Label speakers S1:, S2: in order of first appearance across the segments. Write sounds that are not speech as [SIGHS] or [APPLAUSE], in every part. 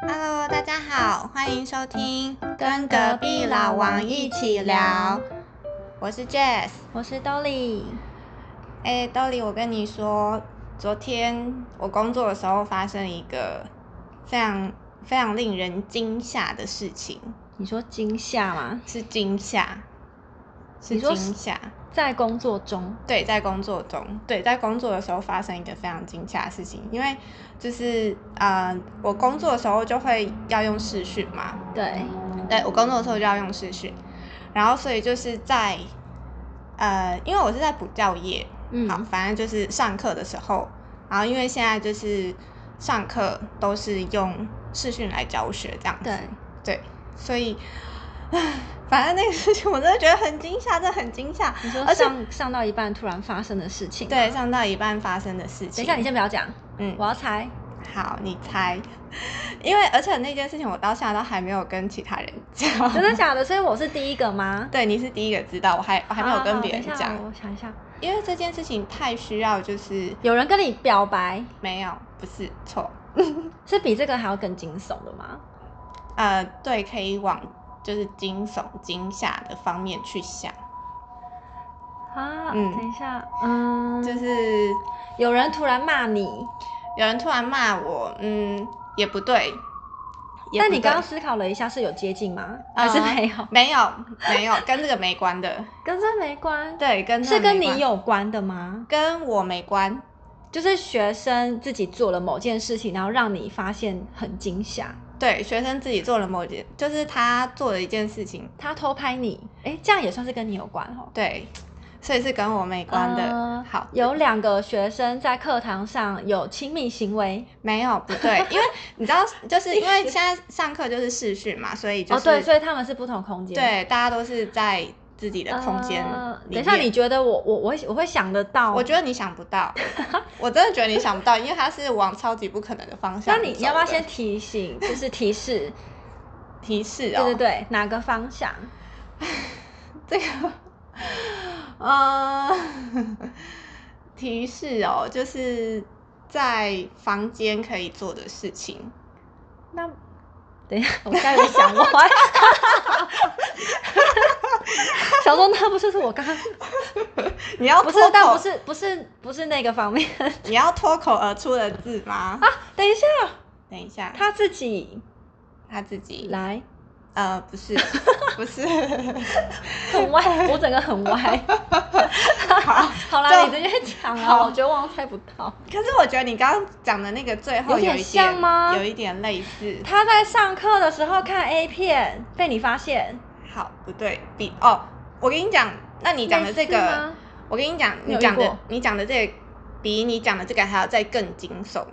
S1: 大家好，欢迎收听《跟隔壁老王一起聊》，我是 Jess。
S2: 我是 Dolly。
S1: 哎，道理我跟你说，昨天我工作的时候发生一个非常非常令人惊吓的事情，
S2: 你说惊吓吗？
S1: 是惊吓，是
S2: 你说
S1: 惊
S2: 是
S1: 吓。
S2: 在工作中，
S1: 对，在工作中，对，在工作的时候发生一个非常惊吓的事情，因为就是呃，我工作的时候就会要用视讯嘛，
S2: 对，
S1: 对我工作的时候就要用视讯，然后所以就是在呃，因为我是在补教业，
S2: 嗯
S1: 好，反正就是上课的时候，然后因为现在就是上课都是用视讯来教学这样子，
S2: 对，
S1: 对，所以。唉反正那个事情我真的觉得很惊吓，真的很惊吓。
S2: 你说
S1: 而且
S2: 上上到一半突然发生的事情。
S1: 对，，上到一半发生的事情。
S2: 等一下你先不要讲，
S1: 嗯
S2: 我，要猜。
S1: 好，你猜，因为而且那件事情我到现在都还没有跟其他人讲，
S2: 真的假的？所以我是第一个吗？
S1: 哦 [LAUGHS] 对，你是第一个知道，我还我还没有
S2: 好
S1: 跟
S2: 好
S1: 别人
S2: 等一下哦
S1: 讲，
S2: 我想一下，
S1: 因为这件事情太需要，就是
S2: 有人跟你表白
S1: 没有，不是错，
S2: 是比这个还要更惊悚的吗？
S1: 呃，对，可以往就是惊悚、惊吓的方面去想，
S2: 啊，
S1: 嗯
S2: 等一下，嗯，
S1: 就是
S2: 有人突然骂你，
S1: 有人突然骂我，嗯，也不对，也
S2: 但
S1: 不
S2: 你刚
S1: 对
S2: 刚思考了一下，是有接近吗？还是
S1: 呃
S2: 没有？
S1: 没有没有跟这个没关的，
S2: 跟这没关，
S1: 对，跟这
S2: 是
S1: 个
S2: 跟
S1: 没
S2: 你
S1: 关
S2: 有关的吗？
S1: 跟我没关。
S2: 就是学生自己做了某件事情，然后让你发现很惊吓。
S1: 对，学生自己做了某件，就是他做了一件事情，
S2: 他偷拍你，哎，这样也算是跟你有关哦。
S1: 对，所以是跟我没关的。
S2: 呃
S1: 好，
S2: 有两个学生在课堂上有亲密行为。
S1: 没有不对，因为你知道，
S2: [LAUGHS]
S1: 就是因为现在上课就是视讯嘛，所以就
S2: 哦，
S1: 是、
S2: 对，所以他们是不同空间。
S1: 对大家都是在自己的
S2: 呃，
S1: 空间、
S2: 等一下，你。觉得我我我会我会想得到？
S1: 我觉得你想不
S2: [LAUGHS]
S1: 到，我真的觉得你想不到，因为它是往超级不可能的方向
S2: 那
S1: 走的。
S2: 你你要不要先提醒，就是
S1: [LAUGHS]
S2: 提示？
S1: 提示
S2: 对
S1: 哦？
S2: 对对，哪个方向？
S1: 这个， [LAUGHS] 呃， [LAUGHS] 提示哦，就是在房间可以做的事情。
S2: 那等一下，我刚有想歪， [LAUGHS] 想说那不就是我刚刚
S1: 你要
S2: 不是
S1: 脱，
S2: 但
S1: 哦口
S2: 不是不是不是那个方面。
S1: 你要脱口而出的字吗？
S2: [LAUGHS] 等一下，
S1: 等一下，
S2: 啊他自己
S1: 他自己
S2: 来，
S1: 呃，不是， [LAUGHS] 不是，
S2: 很歪，我整个很
S1: [LAUGHS]
S2: 歪。
S1: 好。
S2: 好啦，
S1: 就
S2: 你直接讲啊，
S1: 好
S2: 我觉得我好像猜不到。
S1: 可是我觉得你刚刚讲的那个最后
S2: 有点
S1: 一
S2: 像
S1: 点
S2: 吗
S1: 有一点类似。
S2: 他在上课的时候看 A 片，被你发现。
S1: 好，不对，比哦，我跟你讲，那你讲的这
S2: 类似
S1: 个
S2: 吗，
S1: 我跟你讲，
S2: 你
S1: 你
S2: 有
S1: 讲
S2: 遇
S1: 的
S2: 过
S1: 你讲的这个比你讲的这个还要再更惊悚。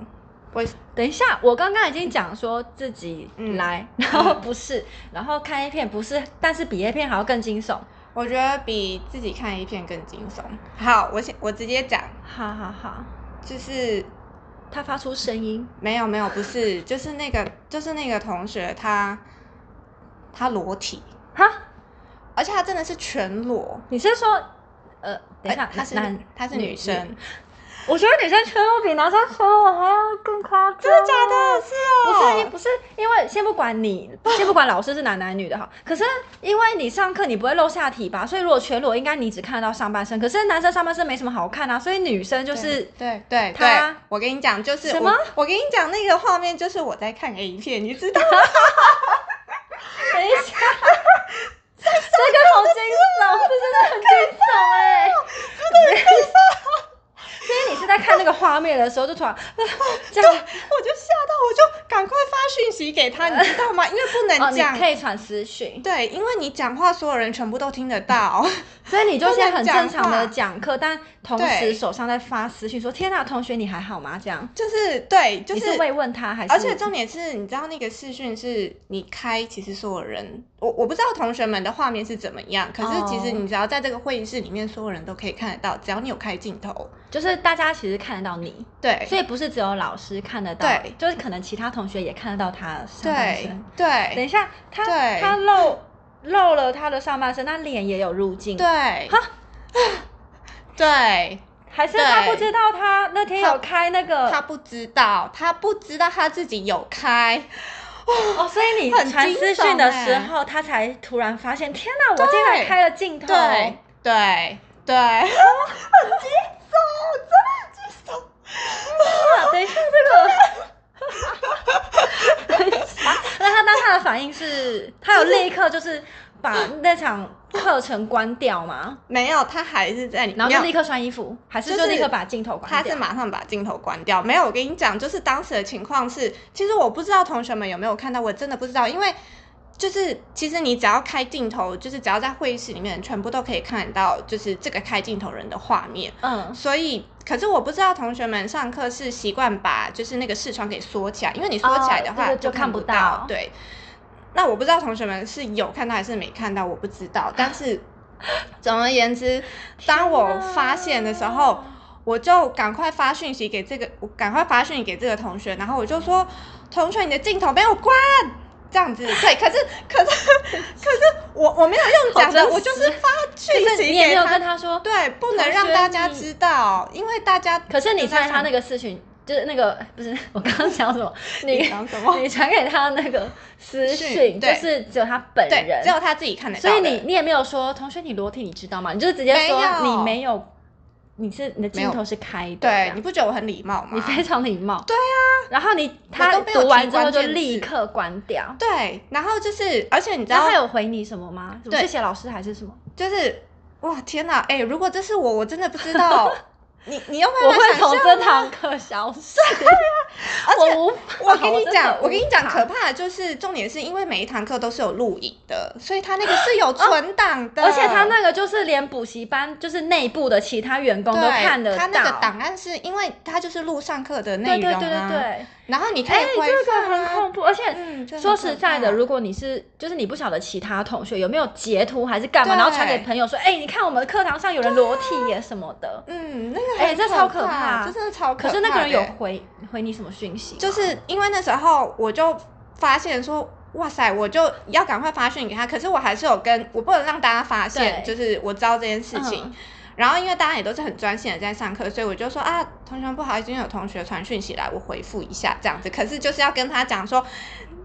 S1: 我
S2: 等一下，我刚刚已经讲说自己
S1: 嗯
S2: 来，然后不是，然后看 A 片不是，但是比 A 片还要更惊悚。
S1: 我觉得比自己看一片更惊悚。好，我先我直接讲，
S2: 好好好，
S1: 就是
S2: 他发出声音，
S1: 没有没有，不是，就是那个就是那个同学他他裸体，
S2: 哈，
S1: 而且他真的是全裸。
S2: 你是说，呃，等一下，
S1: 呃她是
S2: 男
S1: 女她是女生，
S2: 我觉得女生全裸比男生全裸还要更夸张，真
S1: 真的假的？？是
S2: 不
S1: 哦，
S2: 是，你不是因为先不管你，先不管老师是男男女的哈，可是因为你上课你不会露下体吧，所以如果全裸，应该你只看得到上半身，可是男生上半身没什么好看啊，所以女生就是
S1: 对对对
S2: 她，
S1: 我跟你讲，就是
S2: 什
S1: 我
S2: 么
S1: 我跟你讲那个画面，就是我在看 A 片，你知道吗？
S2: [LAUGHS] 等一下，这个好惊悚，这真的很惊悚哎、所以你是在看那个画面的时候，就突然这样
S1: 我就吓到，我就赶快发讯息给他，你知道吗？因为不
S2: 哦，
S1: 能
S2: 你
S1: 讲，
S2: 可以传私讯，
S1: 对，因为你讲话，所有人全部都听得到。 [LAUGHS]
S2: 所以你就
S1: 不能
S2: 先很
S1: 讲
S2: 正常的
S1: 话
S2: 讲课，但同
S1: 对
S2: 时手上在发私讯说：“天呐，同学你还好吗？”这样，
S1: 就是对，就
S2: 你是慰问他还是？
S1: 而且重点是，你知道那个视讯是你开，其实所有人，我我不知道同学们的画面是怎么样，可是其实
S2: 哦
S1: 你只要在这个会议室里面，所有人都可以看得到，只要你有开镜头。
S2: 就是大家其实看得到你，
S1: 对，
S2: 所以不是只有老师看得到，
S1: 对，
S2: 就是可能其他同学也看得到他上半
S1: 对
S2: 身。等
S1: 对
S2: 一下，他
S1: 对
S2: 他露露了他的上半身，他脸也有入镜，，
S1: 对
S2: 哈，
S1: [LAUGHS] 对，
S2: 还是他
S1: 对
S2: 不知道他那天
S1: 他
S2: 有开那个
S1: 他不知道，他不知道他自己有开。哦，
S2: 哦，所以你
S1: 很
S2: 传
S1: 惊
S2: 私讯
S1: 悚
S2: 的
S1: 欸
S2: 时候，他才突然发现，天哪，我竟然
S1: 对
S2: 开了镜头。
S1: 对对对， [LAUGHS]
S2: 哇， [LAUGHS] 等一下，
S1: [LAUGHS]
S2: 这个，等一下，那他当下的反应是，他有立刻就是把那场课程关掉吗？
S1: 没有，他还是在里
S2: 然后就立
S1: 面。
S2: 刻穿衣服，还是
S1: 就
S2: 就是立刻把镜头关掉？
S1: 他是马上把镜头关掉，没有。我跟你讲，就是当时的情况是，其实我不知道同学们有没有看到，我真的不知道，因为就是其实你只要开镜头，就是只要在会议室里面，全部都可以看得到，就是这个开镜头人的画面。
S2: 嗯，
S1: 所以，可是我不知道同学们上课是习惯把就是那个视窗给缩起来，因为你缩起来的
S2: 哦
S1: 话
S2: 对对就看
S1: 看
S2: 不到
S1: 到。对。那我不知道同学们是有看到还是没看到，我不知道。但
S2: [LAUGHS]
S1: 是总而言之，当我发现的时候
S2: 天，哪
S1: 我就赶快发讯息给这个，我赶快发讯息给这个同学，然后我就说：“同学，你的镜头没有关。”这样子，对，可是可是可是我我没有用讲的，
S2: 好真实
S1: 我就是发讯
S2: 就是
S1: 息
S2: 你也没
S1: 给
S2: 有
S1: 他
S2: 跟，他说，
S1: 对，不
S2: 同
S1: 能让
S2: 学
S1: 大家
S2: 你
S1: 知道，因为大家
S2: 可是你在他
S1: 个
S2: 那个私讯，就是那个不是我刚刚讲什么？你
S1: 你讲什么
S2: 你传给他那个私讯，
S1: 讯
S2: 就
S1: 对
S2: 是只有他本
S1: 对
S2: 人，，
S1: 只有他自己看得到
S2: 所
S1: 的。
S2: 以你你也没有说同学你裸体你知道吗？你就是直接
S1: 没
S2: 说
S1: 有
S2: 你没有，你是你的镜
S1: 没有
S2: 头是开的，这
S1: 对，
S2: 样
S1: 你不觉得我很礼貌吗？
S2: 你非常礼貌，对啊。然后你他
S1: 都没有
S2: 读完
S1: 提
S2: 之后
S1: 关
S2: 就
S1: 键
S2: 立
S1: 字
S2: 刻关掉。
S1: 对，然后就是，而且你知
S2: 然
S1: 道
S2: 后他，有回你什么吗？什么
S1: 对
S2: 谢谢老师还是什么？
S1: 就是哇，天哪，哎、如果这是我，我真的不知
S2: [LAUGHS]
S1: 道。你你要
S2: 我
S1: 慢慢
S2: 会
S1: 想
S2: 从
S1: 象
S2: 这
S1: 吗
S2: 堂课消
S1: [LAUGHS]
S2: 失。
S1: 而且
S2: 我无
S1: 我
S2: 法
S1: 跟你
S2: 真的
S1: 讲，我
S2: 无
S1: 跟你讲，
S2: 法
S1: 可怕的就是重点是因为每一堂课都是有录影的，所以他那个是
S2: [GASPS]
S1: 有存档的，
S2: 哦而且他那个就是连补习班就是内部的其他员工都
S1: 对
S2: 看得到，
S1: 他那个档案是因为他就是录上课的内
S2: 对
S1: 容
S2: 对
S1: 啊，
S2: 对对对，
S1: 然后你可以
S2: 哎、
S1: 回
S2: 这个
S1: 放
S2: 很
S1: 啊，
S2: 恐怖，而且。
S1: 嗯，这很
S2: 说
S1: 可
S2: 实在的，
S1: 怕
S2: 如果你是就是你不晓得其他同学有没有截图还是干嘛，然后传给
S1: 对啊
S2: 朋友说，哎、你看我们课堂上有人裸体耶什么的。
S1: 嗯，那个
S2: 哎
S1: 很
S2: 这超可怕
S1: 这真的超可
S2: 可
S1: 怕。
S2: 是那个人有，回回你什么讯息吗？
S1: 就是因为那时候我就发现说。哇塞！我就要赶快发讯给他，可是我还是有跟我不能让大家发现，
S2: 对
S1: 就是我知道这件事情。
S2: 嗯
S1: 然后因为大家也都是很专心的在上课，所以我就说啊，同学们不好意思，因为有同学传讯息来，我回复一下这样子。可是就是要跟他讲说，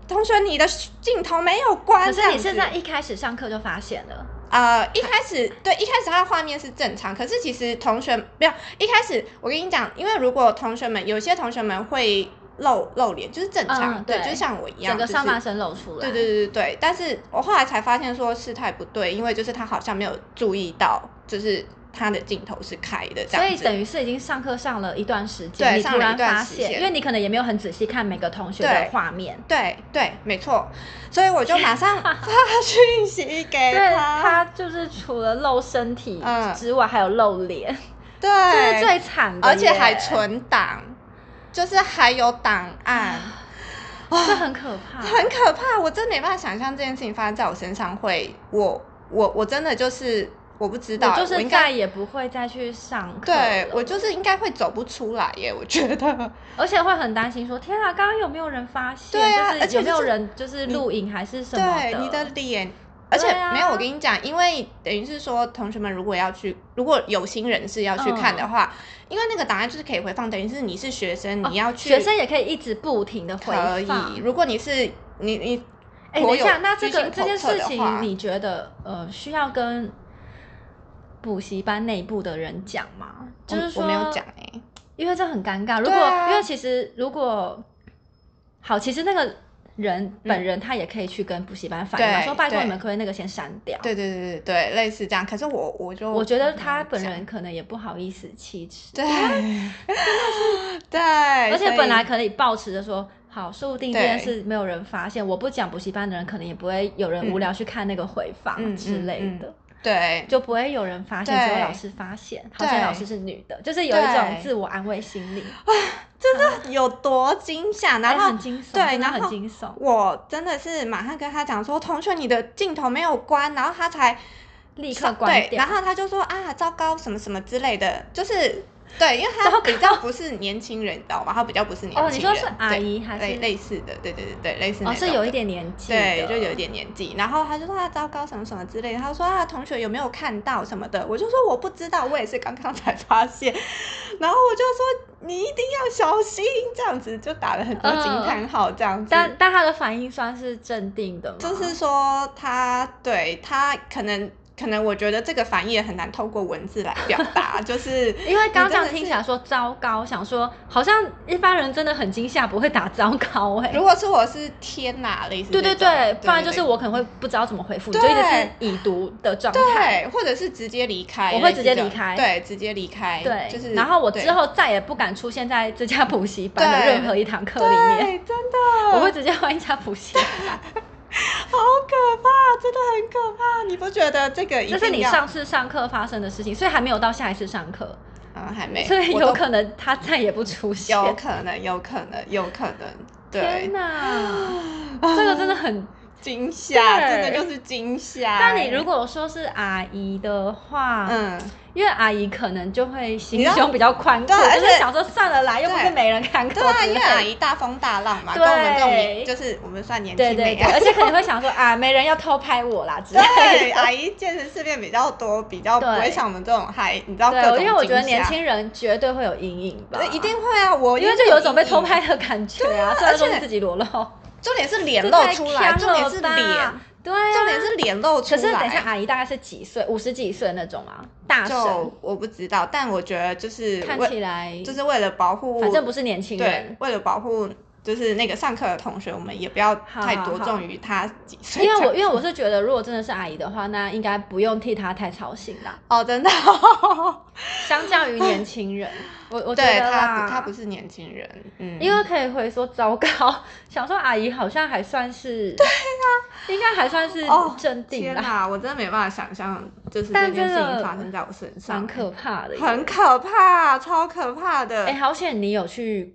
S1: 同学你的镜头没有关，
S2: 可是你
S1: 这
S2: 是
S1: 样子
S2: 在一开始上课就发现了，
S1: 呃，一开始对，一开始他的画面是正常，可是其实同学没有一开始，我跟你讲，因为如果同学们有些同学们会露露脸，就是正常，
S2: 嗯
S1: 对，
S2: 对
S1: 就像我一样，
S2: 整个
S1: 就是
S2: 上半身露出来。
S1: 对对对对对，但是我后来才发现说事态不对，因为就是他好像没有注意到，就是他的镜头是开的这
S2: 所
S1: 样
S2: 以
S1: 子，
S2: 等于是已经上课上了一段时间，
S1: 对
S2: 你
S1: 上
S2: 突
S1: 了一
S2: 然
S1: 段
S2: 发
S1: 时
S2: 现，
S1: 间
S2: 因为你可能也没有很仔细看每个同学的
S1: 对
S2: 画面。
S1: 对对，没错，所以我就马
S2: [LAUGHS]
S1: 上发讯息给
S2: 对
S1: 他，
S2: 他就是除了露身体
S1: 嗯
S2: 之外，还有露脸，
S1: 对，
S2: 这是最惨的耶，
S1: 而且还存档，就是还有档案。
S2: 这很可怕。
S1: 很可怕，我真没办法想象这件事情发生在我身上会，我我我真的就是我不知道，
S2: 我
S1: 我
S2: 就是
S1: 应
S2: 再
S1: 该
S2: 也不会再去上课了，
S1: 对我就是应该会走不出来耶，我
S2: [LAUGHS]
S1: 觉得。
S2: 而且会很担心说，天啊，刚刚有没有人发现？
S1: 对啊
S2: 就
S1: 而
S2: 是
S1: 且
S2: 有没有
S1: 就是
S2: 人就是录影还是什么
S1: 对你的脸，而
S2: 对
S1: 且
S2: 啊
S1: 没有，我跟你讲，因为等于是说，同学们如果要去，如果有心人士要去看的话，因为那个档案就是可以回放，等于是你是学生，
S2: 嗯哦
S1: 你要去
S2: 学生也可以一直不停的回
S1: 可
S2: 放
S1: 以。。如果你是你你，
S2: 哎、
S1: 颇
S2: 等一
S1: 有
S2: 下，那这
S1: 居
S2: 个
S1: 心
S2: 这
S1: 叵
S2: 件
S1: 测
S2: 事
S1: 的
S2: 情
S1: 话，
S2: 你觉得呃需要跟补习班内部的人讲吗？就
S1: 我
S2: 是说
S1: 我没有讲哎、
S2: 因为这很尴尬。如果、
S1: 对啊
S2: 因为其实如果好，其实那个人本人他也可以去跟补习班反映嘛，
S1: 对
S2: 说拜托
S1: 对
S2: 你们可不可以那个先删掉。
S1: 对对对对对，类似这样。可是我我就
S2: 我觉得
S1: 没
S2: 他
S1: 有
S2: 本
S1: 讲
S2: 人可能也不好意思启齿，
S1: 对，对，而
S2: 而且本来可以抱持着说。好，说不定这件事没有人发现，我不讲补习班的人，可能也不会有人无聊去看那个回放
S1: 嗯
S2: 之类的。
S1: 嗯嗯对
S2: 就不会有人发现，只有
S1: 对
S2: 老师发现，好
S1: 对
S2: 像老师是女的，就是有一种
S1: 对
S2: 自我安慰心理，
S1: 有多惊吓，然
S2: 哎
S1: 后
S2: 很。惊悚，
S1: 对
S2: 真的
S1: 然后
S2: 很惊悚，
S1: 我真的是马上跟他讲说，同学，你的镜头没有关，然后他才
S2: 立刻
S1: 上
S2: 关
S1: 对，
S2: 掉
S1: 然。后他就说啊，糟糕，什么什么之类的，就是对，因为
S2: 糟
S1: 他
S2: 糕
S1: 比较不是年轻人，你知道吗？他比还不是年轻人。
S2: 哦，你说是阿
S1: 对
S2: 姨还
S1: 类
S2: 是？
S1: 类似的，对对对对，类似那
S2: 哦，
S1: 种的。
S2: 是有一点年纪的，
S1: 对，就有一点年纪。然后他就说他糟糕什么什么之类的，他说啊同学有没有看到什么的，我就说我不知道，我也是刚刚才发现。然后我就说你一定要小心，这样子就打了很多惊叹号这样子。
S2: 但但他的反应算是镇定的吗？
S1: 就是说他对他可能可能我觉得这个反应也很难透过文字来表
S2: [LAUGHS]
S1: 达，就是
S2: 因为刚刚这样
S1: 你真的
S2: 听
S1: 是
S2: 起来说糟糕，想说好像一般人真的很惊吓，不会打糟糕哎、
S1: 如果是我是天哪类似
S2: 对
S1: 这
S2: 对
S1: 种
S2: 对，不然就是
S1: 对
S2: 我可能会不知道怎么回复，你
S1: 对
S2: 就一直是已读的状态。
S1: 对，或者是直接离开，
S2: 我会
S1: 类似
S2: 直接
S1: 这种
S2: 离开
S1: 对，直接离开，
S2: 对，
S1: 就是
S2: 然后我
S1: 对
S2: 之后再也不敢出现在这家补习班的
S1: 对
S2: 任何一堂课
S1: 对，
S2: 里面，
S1: 真的，
S2: 我会直接换一家补习班。
S1: 好可怕，真的很可怕，你不觉得这个一
S2: 这是
S1: 定
S2: 你
S1: 要
S2: 上次上课发生的事情，所以还没有到下一次上课，
S1: 啊还没，
S2: 所以
S1: 我
S2: 有
S1: 都
S2: 可能他再也不出现。
S1: 有可能，有可能，有可能，对
S2: 天，哪，
S1: 啊
S2: 这个真的很
S1: 惊吓，真
S2: 对
S1: 的就是惊吓。
S2: 但你如果说是阿姨的话，
S1: 哎嗯，
S2: 因为阿姨可能就会心
S1: 你知
S2: 胸
S1: 道
S2: 比较宽阔，
S1: 对而
S2: 就
S1: 且
S2: 是想说算了啦，又不是没人看过
S1: 对啊，
S2: 之
S1: 因
S2: 类
S1: 为
S2: 的
S1: 阿姨大风大浪嘛，
S2: 对
S1: 跟我们这种年就是我们算年
S2: 对
S1: 轻
S2: 对
S1: 美
S2: 对，
S1: 啊。
S2: 而且可能会想说啊，没人要偷拍我啦之类
S1: [LAUGHS] 对，
S2: 的。
S1: 阿姨见识世面比较多，比较不
S2: 对
S1: 会像我们这种还你知道各种
S2: [LAUGHS] 对，因为我觉得
S1: 惊吓
S2: 年轻人绝对会有阴影吧
S1: 对，一定会啊，我
S2: 因为
S1: 一定
S2: 就有一种被
S1: 阴影
S2: 偷拍的感觉啊，虽然说是自己裸露，
S1: 重点是脸
S2: 这
S1: 露
S2: 太
S1: 出来，
S2: 呛
S1: 重点是
S2: 了吧
S1: 脸，
S2: 对啊，
S1: 重点是脸露出
S2: 可
S1: 来。啊
S2: 是等一下，阿姨大概是几岁？五十几岁那种啊，大神
S1: 就我不知道，但我觉得就是
S2: 看起
S1: 为
S2: 来，
S1: 就是为了保护，
S2: 反正不是年轻人
S1: 对，，为了保护就是那个上课的同学，我们也不要太
S2: 好
S1: 着
S2: 好
S1: 重于他几岁
S2: 因
S1: 这样。
S2: 为我因 [LAUGHS] 为我是觉得，如果真的是阿姨的话，那应该不用替她太操心啦。
S1: 哦，真的，哦
S2: 相较于年
S1: [LAUGHS]
S2: 轻人，我我觉
S1: 对
S2: 得
S1: 他不他不
S2: 是，
S1: 是年轻人，嗯，
S2: 因为可以回说糟糕， [LAUGHS] 想说阿姨好像还算是，对呀、应该还算是
S1: 啊哦
S2: 镇定
S1: 天
S2: 啦，
S1: 哪，我真的没办法想象，就是
S2: 但
S1: 这件事
S2: 真的
S1: 情发生在我身上，欸
S2: 蛮可怕的耶。
S1: 很可怕，超可怕的。
S2: 哎、好险你有去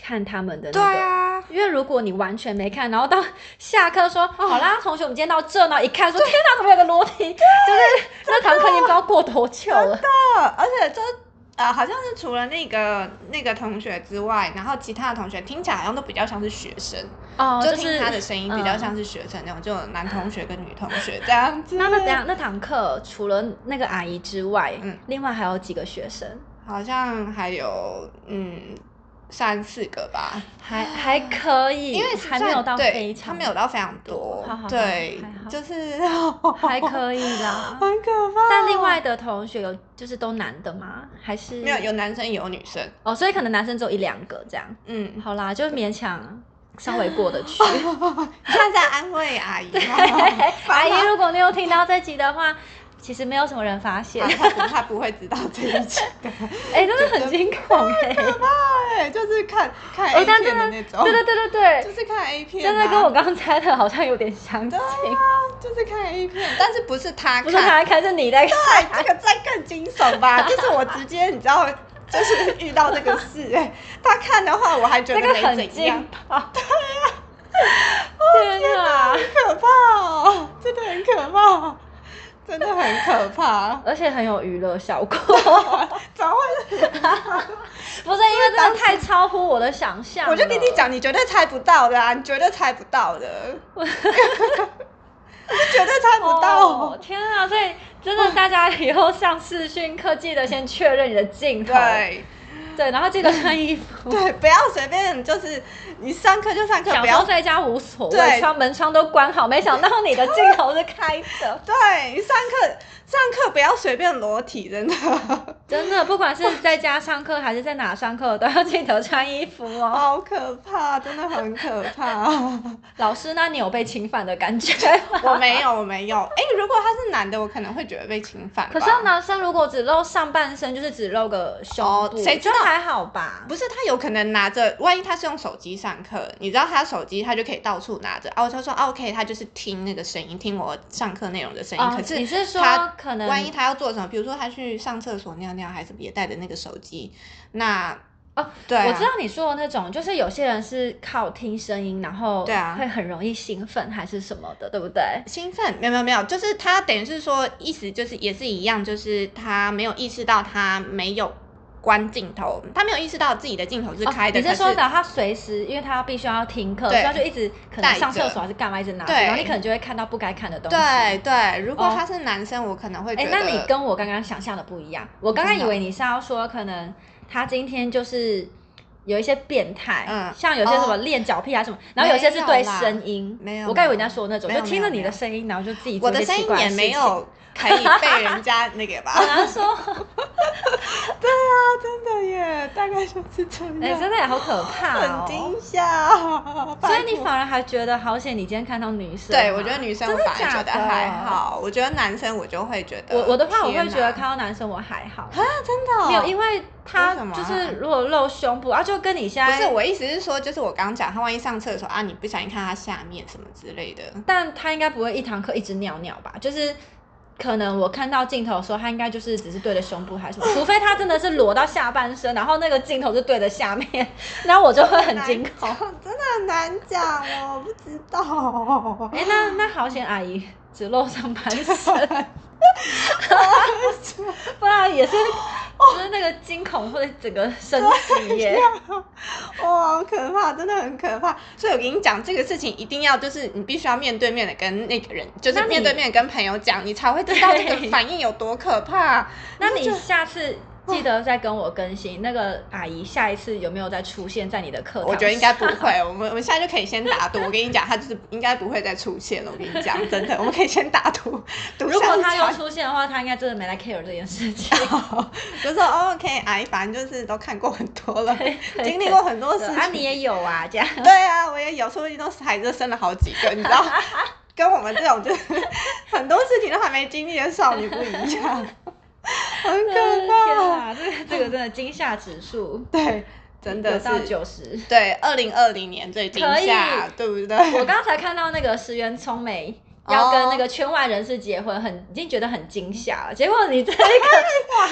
S2: 看他们的那
S1: 对
S2: 个。
S1: 啊，
S2: 因为如果你完全没看，然后到下课说、好啦，同学，我们今天到这，然后一看说天哪，怎么有个裸体？就是那堂课已经不知道过多久了。
S1: 呃，而且就呃，好像是除了那个那个同学之外，然后其他的同学听起来好像都比较像是学生，
S2: 哦，嗯
S1: 就是 [LAUGHS] 听他的声音比较像是学生那种，就有男同学跟女同学这样子。
S2: 那那等一下那堂课除了那个阿姨之外，
S1: 嗯
S2: 另外还有几个学生，
S1: 好像还有嗯三四个吧， [SIGHS]
S2: 还还可以，
S1: 因为
S2: 还
S1: 算
S2: 没有到
S1: 对
S2: 非
S1: 他
S2: 常，
S1: 没有到非常多，
S2: 好好好
S1: 对
S2: 还好，
S1: 就是 [LAUGHS]
S2: 还可以啦。
S1: 很可怕。
S2: 但另外的同学有就是都男的吗？还是
S1: 没有有男生有女生，
S2: 哦，所以可能男生只有一两个这样。 [LAUGHS]
S1: 嗯，
S2: 好啦，就勉强稍微过得
S1: [LAUGHS]
S2: 去。 [LAUGHS]
S1: 你现在在安慰阿 [LAUGHS] 姨吗？
S2: 阿姨，如果你有听到这集的话，其实没有什么人发现，
S1: 她不她不会知道这一切的。
S2: 哎、真的很惊恐哎、
S1: 对，就是看看
S2: 哎
S1: A
S2: 但
S1: 片
S2: 真
S1: 的
S2: 的，
S1: 那
S2: 对
S1: 种，
S2: 对对对对，
S1: 就是看 A 片、啊，啊
S2: 真的跟我刚猜的好像有点相近，
S1: 就是看 A 片，但是不是他看，
S2: 不是他在看，是你在看。
S1: 哎，这个再更惊悚吧，就是我直接你知道，就是遇到这个事、哎，他看的话我还觉
S2: 那
S1: 得
S2: 个
S1: 没
S2: 很
S1: 怎
S2: 劲
S1: 样，啊哦
S2: 爆， [LAUGHS] 对呀，天哪！，
S1: 可怕哦，真的很可怕，真的很可怕
S2: 而且很有娱乐效果，
S1: 啊怎么会？
S2: [LAUGHS] 不是因为真的太超乎我的想象了。
S1: 我就跟你讲，你绝对猜不到的啊，你绝对猜不到的，
S2: [LAUGHS]
S1: [LAUGHS] 你绝对猜不到。
S2: 哦天啊！所以真的，大家以后上视讯 [LAUGHS] 课记得先确认你的镜头，
S1: 对，
S2: 对，然后记得穿衣 [LAUGHS] 服。
S1: 对，不要随便，就是你上课就上课，
S2: 小
S1: 不
S2: 时候
S1: 要
S2: 在家无所谓，
S1: 对。
S2: 窗门窗都关好，没想到你的镜头是开的
S1: [LAUGHS] 对你上课上课不要随便裸体，真的。 [LAUGHS]
S2: 真的，不管是在家上课还是在哪上课，都要记得穿衣服
S1: [LAUGHS]
S2: 哦。
S1: 好可怕，真的很可
S2: [LAUGHS]
S1: 怕。
S2: 老师，那你有被侵犯的感觉吗？
S1: 我没有，我没有。哎、如果他是男的，我可能会觉得被侵犯吧。
S2: [LAUGHS] 可是男生如果只露上半身，就是只露个胸
S1: 哦
S2: 部，
S1: 谁知道
S2: 就还好吧？
S1: 不是他有可能拿着，万一他是用手机上课，你知道他手机他就可以到处拿着。哦，我就说、哦、OK，他就是听那个声音，听我上课内容的声音。
S2: 哦
S1: 可是
S2: 你是说
S1: 他
S2: 可能
S1: 万一他要做什么，比如说他去上厕所尿尿，还是也带着那个手机，那
S2: 哦，
S1: 对啊
S2: 我知道你说的那种，就是有些人是靠听声音，然后
S1: 对啊
S2: 会很容易兴奋还是什么的，对不对？
S1: 兴奋？没有没有没有，就是他等于是说，意思就是也是一样，就是他没有意识到他没有。关镜头，他没有意识到自己的镜头是开的。
S2: 哦、你
S1: 可
S2: 是说的他随时，因为他必须要停课，所
S1: 对
S2: 以他就一直可能
S1: 带着
S2: 上厕所还是干嘛，一直拿着，
S1: 对
S2: 然后你可能就会看到不该看的东西。
S1: 对对，如果
S2: 哦
S1: 他是男生，我可能会觉
S2: 哎、
S1: 得。
S2: 那你跟我刚刚想象的不一样。我刚刚以为你是要说，可能他今天就是有一些变态，
S1: 嗯
S2: 像有些什么
S1: 哦
S2: 练脚癖啊什么，然后有些是
S1: 没
S2: 对
S1: 有啦
S2: 声音，
S1: 没有
S2: 我刚以为
S1: 没
S2: 你在
S1: 有
S2: 说那种，
S1: 没有
S2: 就听着
S1: 没有
S2: 你的
S1: 没有
S2: 声音，然后就自己做
S1: 我
S2: 一些
S1: 的声
S2: 奇
S1: 音
S2: 怪
S1: 也
S2: 事
S1: 没
S2: 情。
S1: 有可以被人家那
S2: [LAUGHS]
S1: 个吧？
S2: 好难说，
S1: [LAUGHS] 对啊，真的耶，大概就是这样。
S2: 哎、真的也好可怕
S1: 很
S2: 哦。
S1: 惊吓，
S2: 所
S1: 拜
S2: 以你
S1: 托
S2: 反而还觉得好险，你今天看到女生嘛。
S1: 对我觉得女生我
S2: 真的
S1: 反而
S2: 假
S1: 觉得
S2: 的
S1: 还。好，我觉得男生我就会觉得
S2: 我我的话，我
S1: 天
S2: 会觉得
S1: 哪
S2: 看到男生我还好，
S1: 啊，真的哦
S2: 没有，因为他
S1: 为什么啊
S2: 就是如果露胸部啊，就跟你现
S1: 不
S2: 在
S1: 是我意思是说，就是我刚刚讲他万一上厕所啊，你不小心看他下面什么之类的，
S2: 但他应该不会一堂课一直尿尿吧？就是可能我看到镜头的时候，他应该就是只是对着胸部还是什么，除非他真的是裸到下半身，然后那个镜头就对着下面， [LAUGHS] 然后我就会很惊恐。
S1: 真的很难讲哦，我不知道。 [LAUGHS]
S2: 哎、那那好险，阿姨只露上半
S1: [LAUGHS]
S2: 身， [LAUGHS] 不然也是
S1: 哦
S2: 就是那个惊恐会整个升级耶。
S1: 哇，哦好可怕，真的很可怕。所以我跟你讲，这个事情一定要就是你必须要面对面的跟那个人，就是
S2: 那你
S1: 面对面地跟朋友讲，你才会知道这
S2: 对
S1: 个反应有多可怕。
S2: 那
S1: 我就
S2: 你
S1: 觉得
S2: 下次记得再跟我更新那个阿姨下一次有没有再出现在你的课堂上？
S1: 我觉得应该不会，我们我们现在就可以先打赌。我跟你讲，他就是应该不会再出现了。我跟你讲，真的，我们可以先打赌。赌
S2: 如果
S1: 上
S2: 他又
S1: 场
S2: 出现的话，他应该真的没来 care 这件事
S1: [LAUGHS]
S2: 情。
S1: 就说哦 OK，阿姨反正就是都看过很多了，
S2: 对啊
S1: 经历过很多事
S2: 对
S1: 情。
S2: [LAUGHS] 啊，你也有啊，
S1: [LAUGHS]
S2: 这样。
S1: 对啊，我也有，说不定都是孩子生了好几个，你知
S2: [LAUGHS]
S1: 道，跟我们这种就是 [LAUGHS] 很多事情都还没经历的少女不一
S2: [LAUGHS]
S1: 样，很可
S2: 天
S1: 怕。
S2: 啊，这个这个真的惊吓指数
S1: 对，真的
S2: 有到
S1: 是。
S2: 九十。
S1: 对，二零二零年最惊
S2: 可以
S1: 吓，对不对？ [LAUGHS]
S2: 我刚才看到那个石原聪美。
S1: 哦
S2: 要跟那个圈外人士结婚，很已经觉得很惊吓了。结果
S1: [LAUGHS]
S2: 你这一个哇，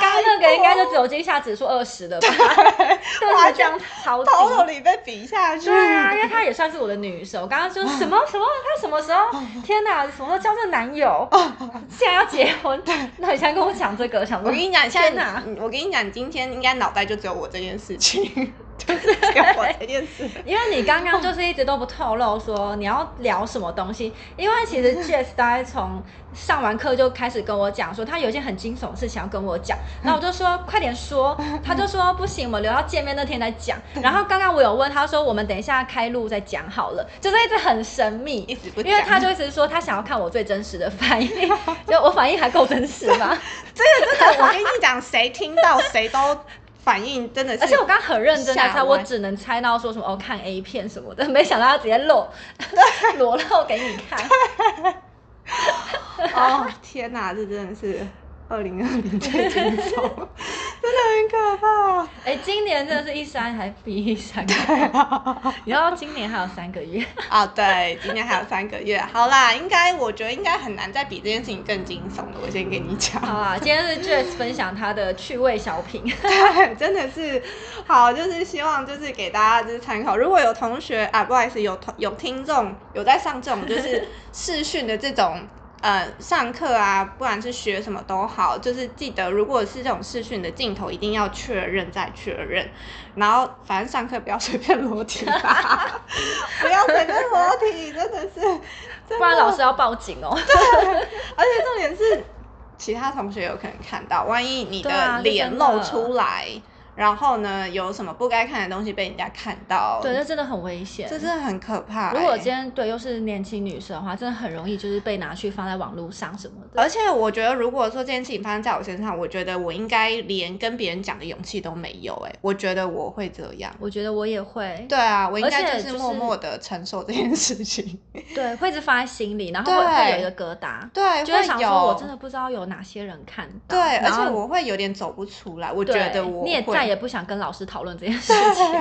S2: 刚那个应该就只有惊吓指数二十了吧？ [LAUGHS] 对，
S1: 完全
S2: 这样超低。
S1: 头头里被比下去。
S2: 对啊，因为她也算是我的女神。我刚刚就什么什么，她什么时候？天哪，什么时候交这个男友？现在要结婚？那你现在跟我讲这个，想
S1: 我
S2: 说
S1: 跟你讲，现
S2: 哦天
S1: 在
S2: 哪
S1: 你我跟你讲，你今天应该脑袋就只有我这件事
S2: [LAUGHS]
S1: 情，就是只有我这件事。 [LAUGHS]
S2: 因为你刚刚就是一直都不透露说你要聊什么东西，因为其 [LAUGHS] 实 Jess 大概从上完课就开始跟我讲说他有一件很惊悚的事情要跟我讲，然后我就说快点说，他就说不行，我们留到见面那天再讲。然后刚刚我有问他说我们等一下开录再讲好了，就是一直很神
S1: 一
S2: 秘。
S1: 直不讲，
S2: 因为他就一直说他想要看我最真实的
S1: [LAUGHS]
S2: 反应，就我反应还够真实吗？
S1: 真的，我跟你讲，谁听到谁都反应真的是，
S2: 而且我刚刚很认真的
S1: 吓
S2: 猜，
S1: 歪
S2: 我只能猜到说什么哦看 A 片什么的，没想到他直接露 [LAUGHS] 裸露给你看。
S1: 哦天哪，这真的是二零二零最惊悚，真的很可怕。
S2: 哎、今年真的是一山还比一山高，你知道今年还有三个月，
S1: 啊、对，今天还有三个月，好啦，应该我觉得应该很难再比这件事情更惊悚了。我先跟你讲，
S2: 好啊，今天是 Jess 分享他的趣味小品，
S1: 对， [LAUGHS] 真的是好，就是希望就是给大家就是参考。如果有同学啊，不好意思，有同有听众有在上这种就是视讯的这种呃上课啊，不管是学什么都好，就是记得如果是这种视讯的镜头，一定要确认再确认。然后反正上课不要随便裸体吧， [LAUGHS] 不要随便裸体，真的是，真
S2: 不然
S1: 的
S2: 老师要报警哦。
S1: 而且重点是，其他同学有可能看到，万一你
S2: 对
S1: 的
S2: 啊是
S1: 脸
S2: 真的
S1: 露出来，然后呢有什么不该看的东西被人家看到，
S2: 对，这真的很危险。
S1: 这真的很可怕欸、
S2: 如果今天对又是年轻女生的话，真的很容易就是被拿去放在网络上什么的。
S1: 而且我觉得，如果说这件事情发生在我身上，我觉得我应该连跟别人讲的勇气都没有、欸。哎，我觉得我会这样。
S2: 我觉得我也会，
S1: 对啊，我应
S2: 而且
S1: 该就
S2: 就是是
S1: 默默的承受这件事
S2: [LAUGHS]
S1: 情。
S2: 对，会一直放在心里，然后会
S1: 对
S2: 会有一个疙瘩，
S1: 对，
S2: 就会想说我真
S1: 的
S2: 的不知道有哪些人看到。
S1: 对，而且
S2: 然后
S1: 我会有点走不出来。我觉
S2: 对
S1: 得我
S2: 你也
S1: 会
S2: 再也不想跟老师讨论这
S1: [LAUGHS]
S2: 件事情。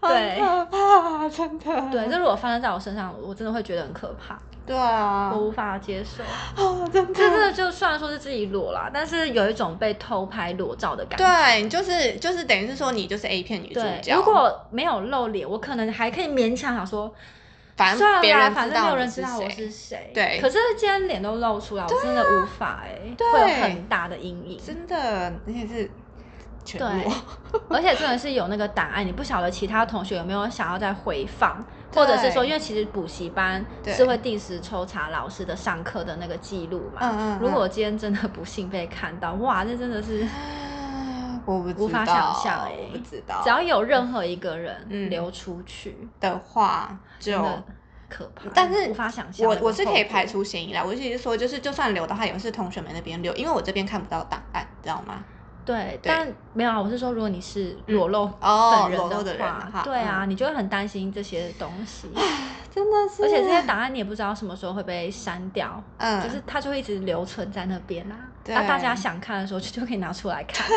S1: 对，
S2: 对
S1: 很可怕，真的。
S2: 对，这如果发生在我身上，我真的会觉得很可怕，
S1: 对啊
S2: 我，无法接受。
S1: 哦，真
S2: 这真
S1: 的，
S2: 的就虽然说是自己裸啦，但是有一种被偷拍裸照的感觉。
S1: 对，你就是就是等于是说你就是 A 片女主
S2: 对，
S1: 角，
S2: 如果没有露脸，我可能还可以勉强想说，
S1: 反
S2: 算
S1: 正
S2: 了
S1: 别
S2: 啦，
S1: 人
S2: 反
S1: 知
S2: 正没
S1: 道
S2: 有人
S1: 你
S2: 知
S1: 是
S2: 道我
S1: 谁，
S2: 是谁。
S1: 对
S2: 可是今天脸都露出来，我真的无法哎、
S1: 对啊
S2: 会有很大的阴影。
S1: 真的，而且是全
S2: 对 [LAUGHS]
S1: 裸。
S2: 而且真的是有那个档案，你不晓得其他同学有没有想要再回放，或者是说，
S1: 对
S2: 因为其实补习班
S1: 对
S2: 是会定时抽查老师的上课的那个记录嘛。
S1: 嗯嗯嗯
S2: 如果今天真的不幸被看到，哇，那真的是
S1: 啊我不知道
S2: 无法想象哎、
S1: 我不知道。
S2: 只要有任何一个
S1: 嗯
S2: 人流出去，
S1: 的话就
S2: 真。的可怕，
S1: 嗯但是
S2: 无法想象。
S1: 我我是可以排，除嫌疑啦，我是说，就是就算留的话，也是同学们那边留，因为我这边看不到档案，你知道吗？
S2: 对，但没有啊。我是说，如果你是裸露
S1: 哦
S2: 本人
S1: 裸露的人嗯的
S2: 话
S1: 话，
S2: 对啊，你就会很担心这些东西，
S1: 真的是，
S2: 而且这些档案你也不知道什么时候会被删掉，
S1: 嗯，
S2: 就是它就会一直留存在那边啦、
S1: 对
S2: 那大家想看的时候就就可以拿出来
S1: [LAUGHS]
S2: 看，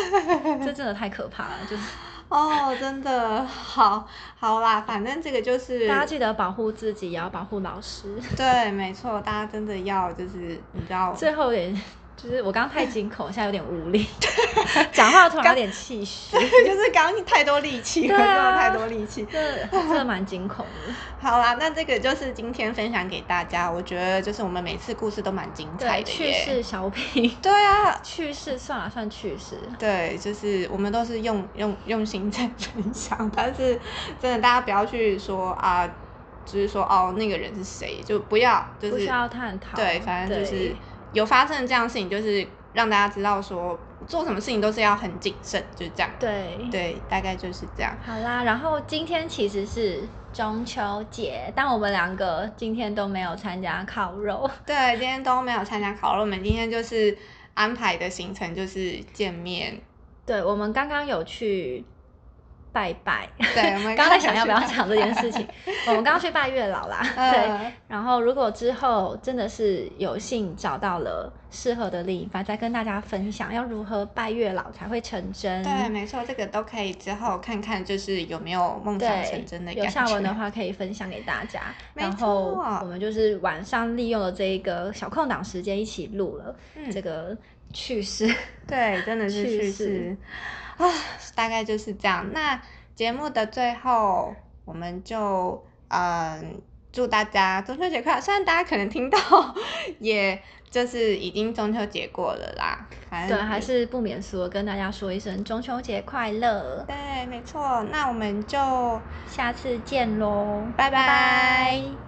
S2: 这真的太可怕了。就是
S1: 哦，真的 [LAUGHS] 好，好啦，反正这个就是
S2: 大家记得保护自己，也要保护老师。
S1: 对，没错，大家真的要就是你知道，
S2: 最后也就是我刚刚太惊恐，现在有点无力，讲话突然有点气虚，
S1: [LAUGHS] 就是刚刚太多力气了，
S2: 对
S1: 真
S2: 啊
S1: 的太多力气。
S2: 这这蛮惊恐
S1: [LAUGHS]
S2: 的。
S1: 好啦，那这个就是今天分享给大家，我觉得就是我们每次故事都蛮精彩
S2: 对，
S1: 的
S2: 去
S1: 耶。
S2: 世小品，
S1: 对啊，
S2: 去世算了算去世，
S1: 对，就是我们都是用用用心在分享，但是真的大家不要去说啊，就是说哦那个人是谁，就不要就
S2: 不需
S1: 是
S2: 要探讨。
S1: 对，反正就是
S2: 对
S1: 有发生这样的事情，就是让大家知道说做什么事情都是要很谨慎，就是这样。
S2: 对
S1: 对，大概就是这样。
S2: 好啦，然后今天其实是中秋节，但我们两个今天都没有参加烤肉。
S1: 对，今天都没有参加烤肉，我们今天就是安排的行程就是见面。
S2: 对，我们刚刚有去拜拜，
S1: 对，我们
S2: [LAUGHS] 刚才想要不要
S1: 去
S2: 讲这件事情？ [LAUGHS] 我们刚刚去拜月老啦，
S1: 拜？
S2: 对。
S1: 嗯，
S2: 然后如果之后真的是有幸找到了适合的另一半，再跟大家分享要如何拜月老才会成真。
S1: 对，没错，这个都可以之后看看，就是有没有梦想
S2: 对
S1: 成真的感觉。
S2: 有下文的话可以分享给大家。
S1: [LAUGHS] 没
S2: 然后
S1: 错
S2: 我们就是晚上利用了这一个小空档时间一起录了
S1: 嗯
S2: 这个趣
S1: [LAUGHS]
S2: 事。
S1: 对，真的是
S2: 去
S1: 去世
S2: 世
S1: 啊，大概就是这样。那节目的最后，我们就嗯，祝大家中秋节快乐。虽然大家可能听到，也就是已经中秋节过了啦，反正
S2: 对，还是不免俗地跟大家说一声中秋节快乐，
S1: 对，没错。那我们就
S2: 下次见喽，
S1: 拜拜
S2: 拜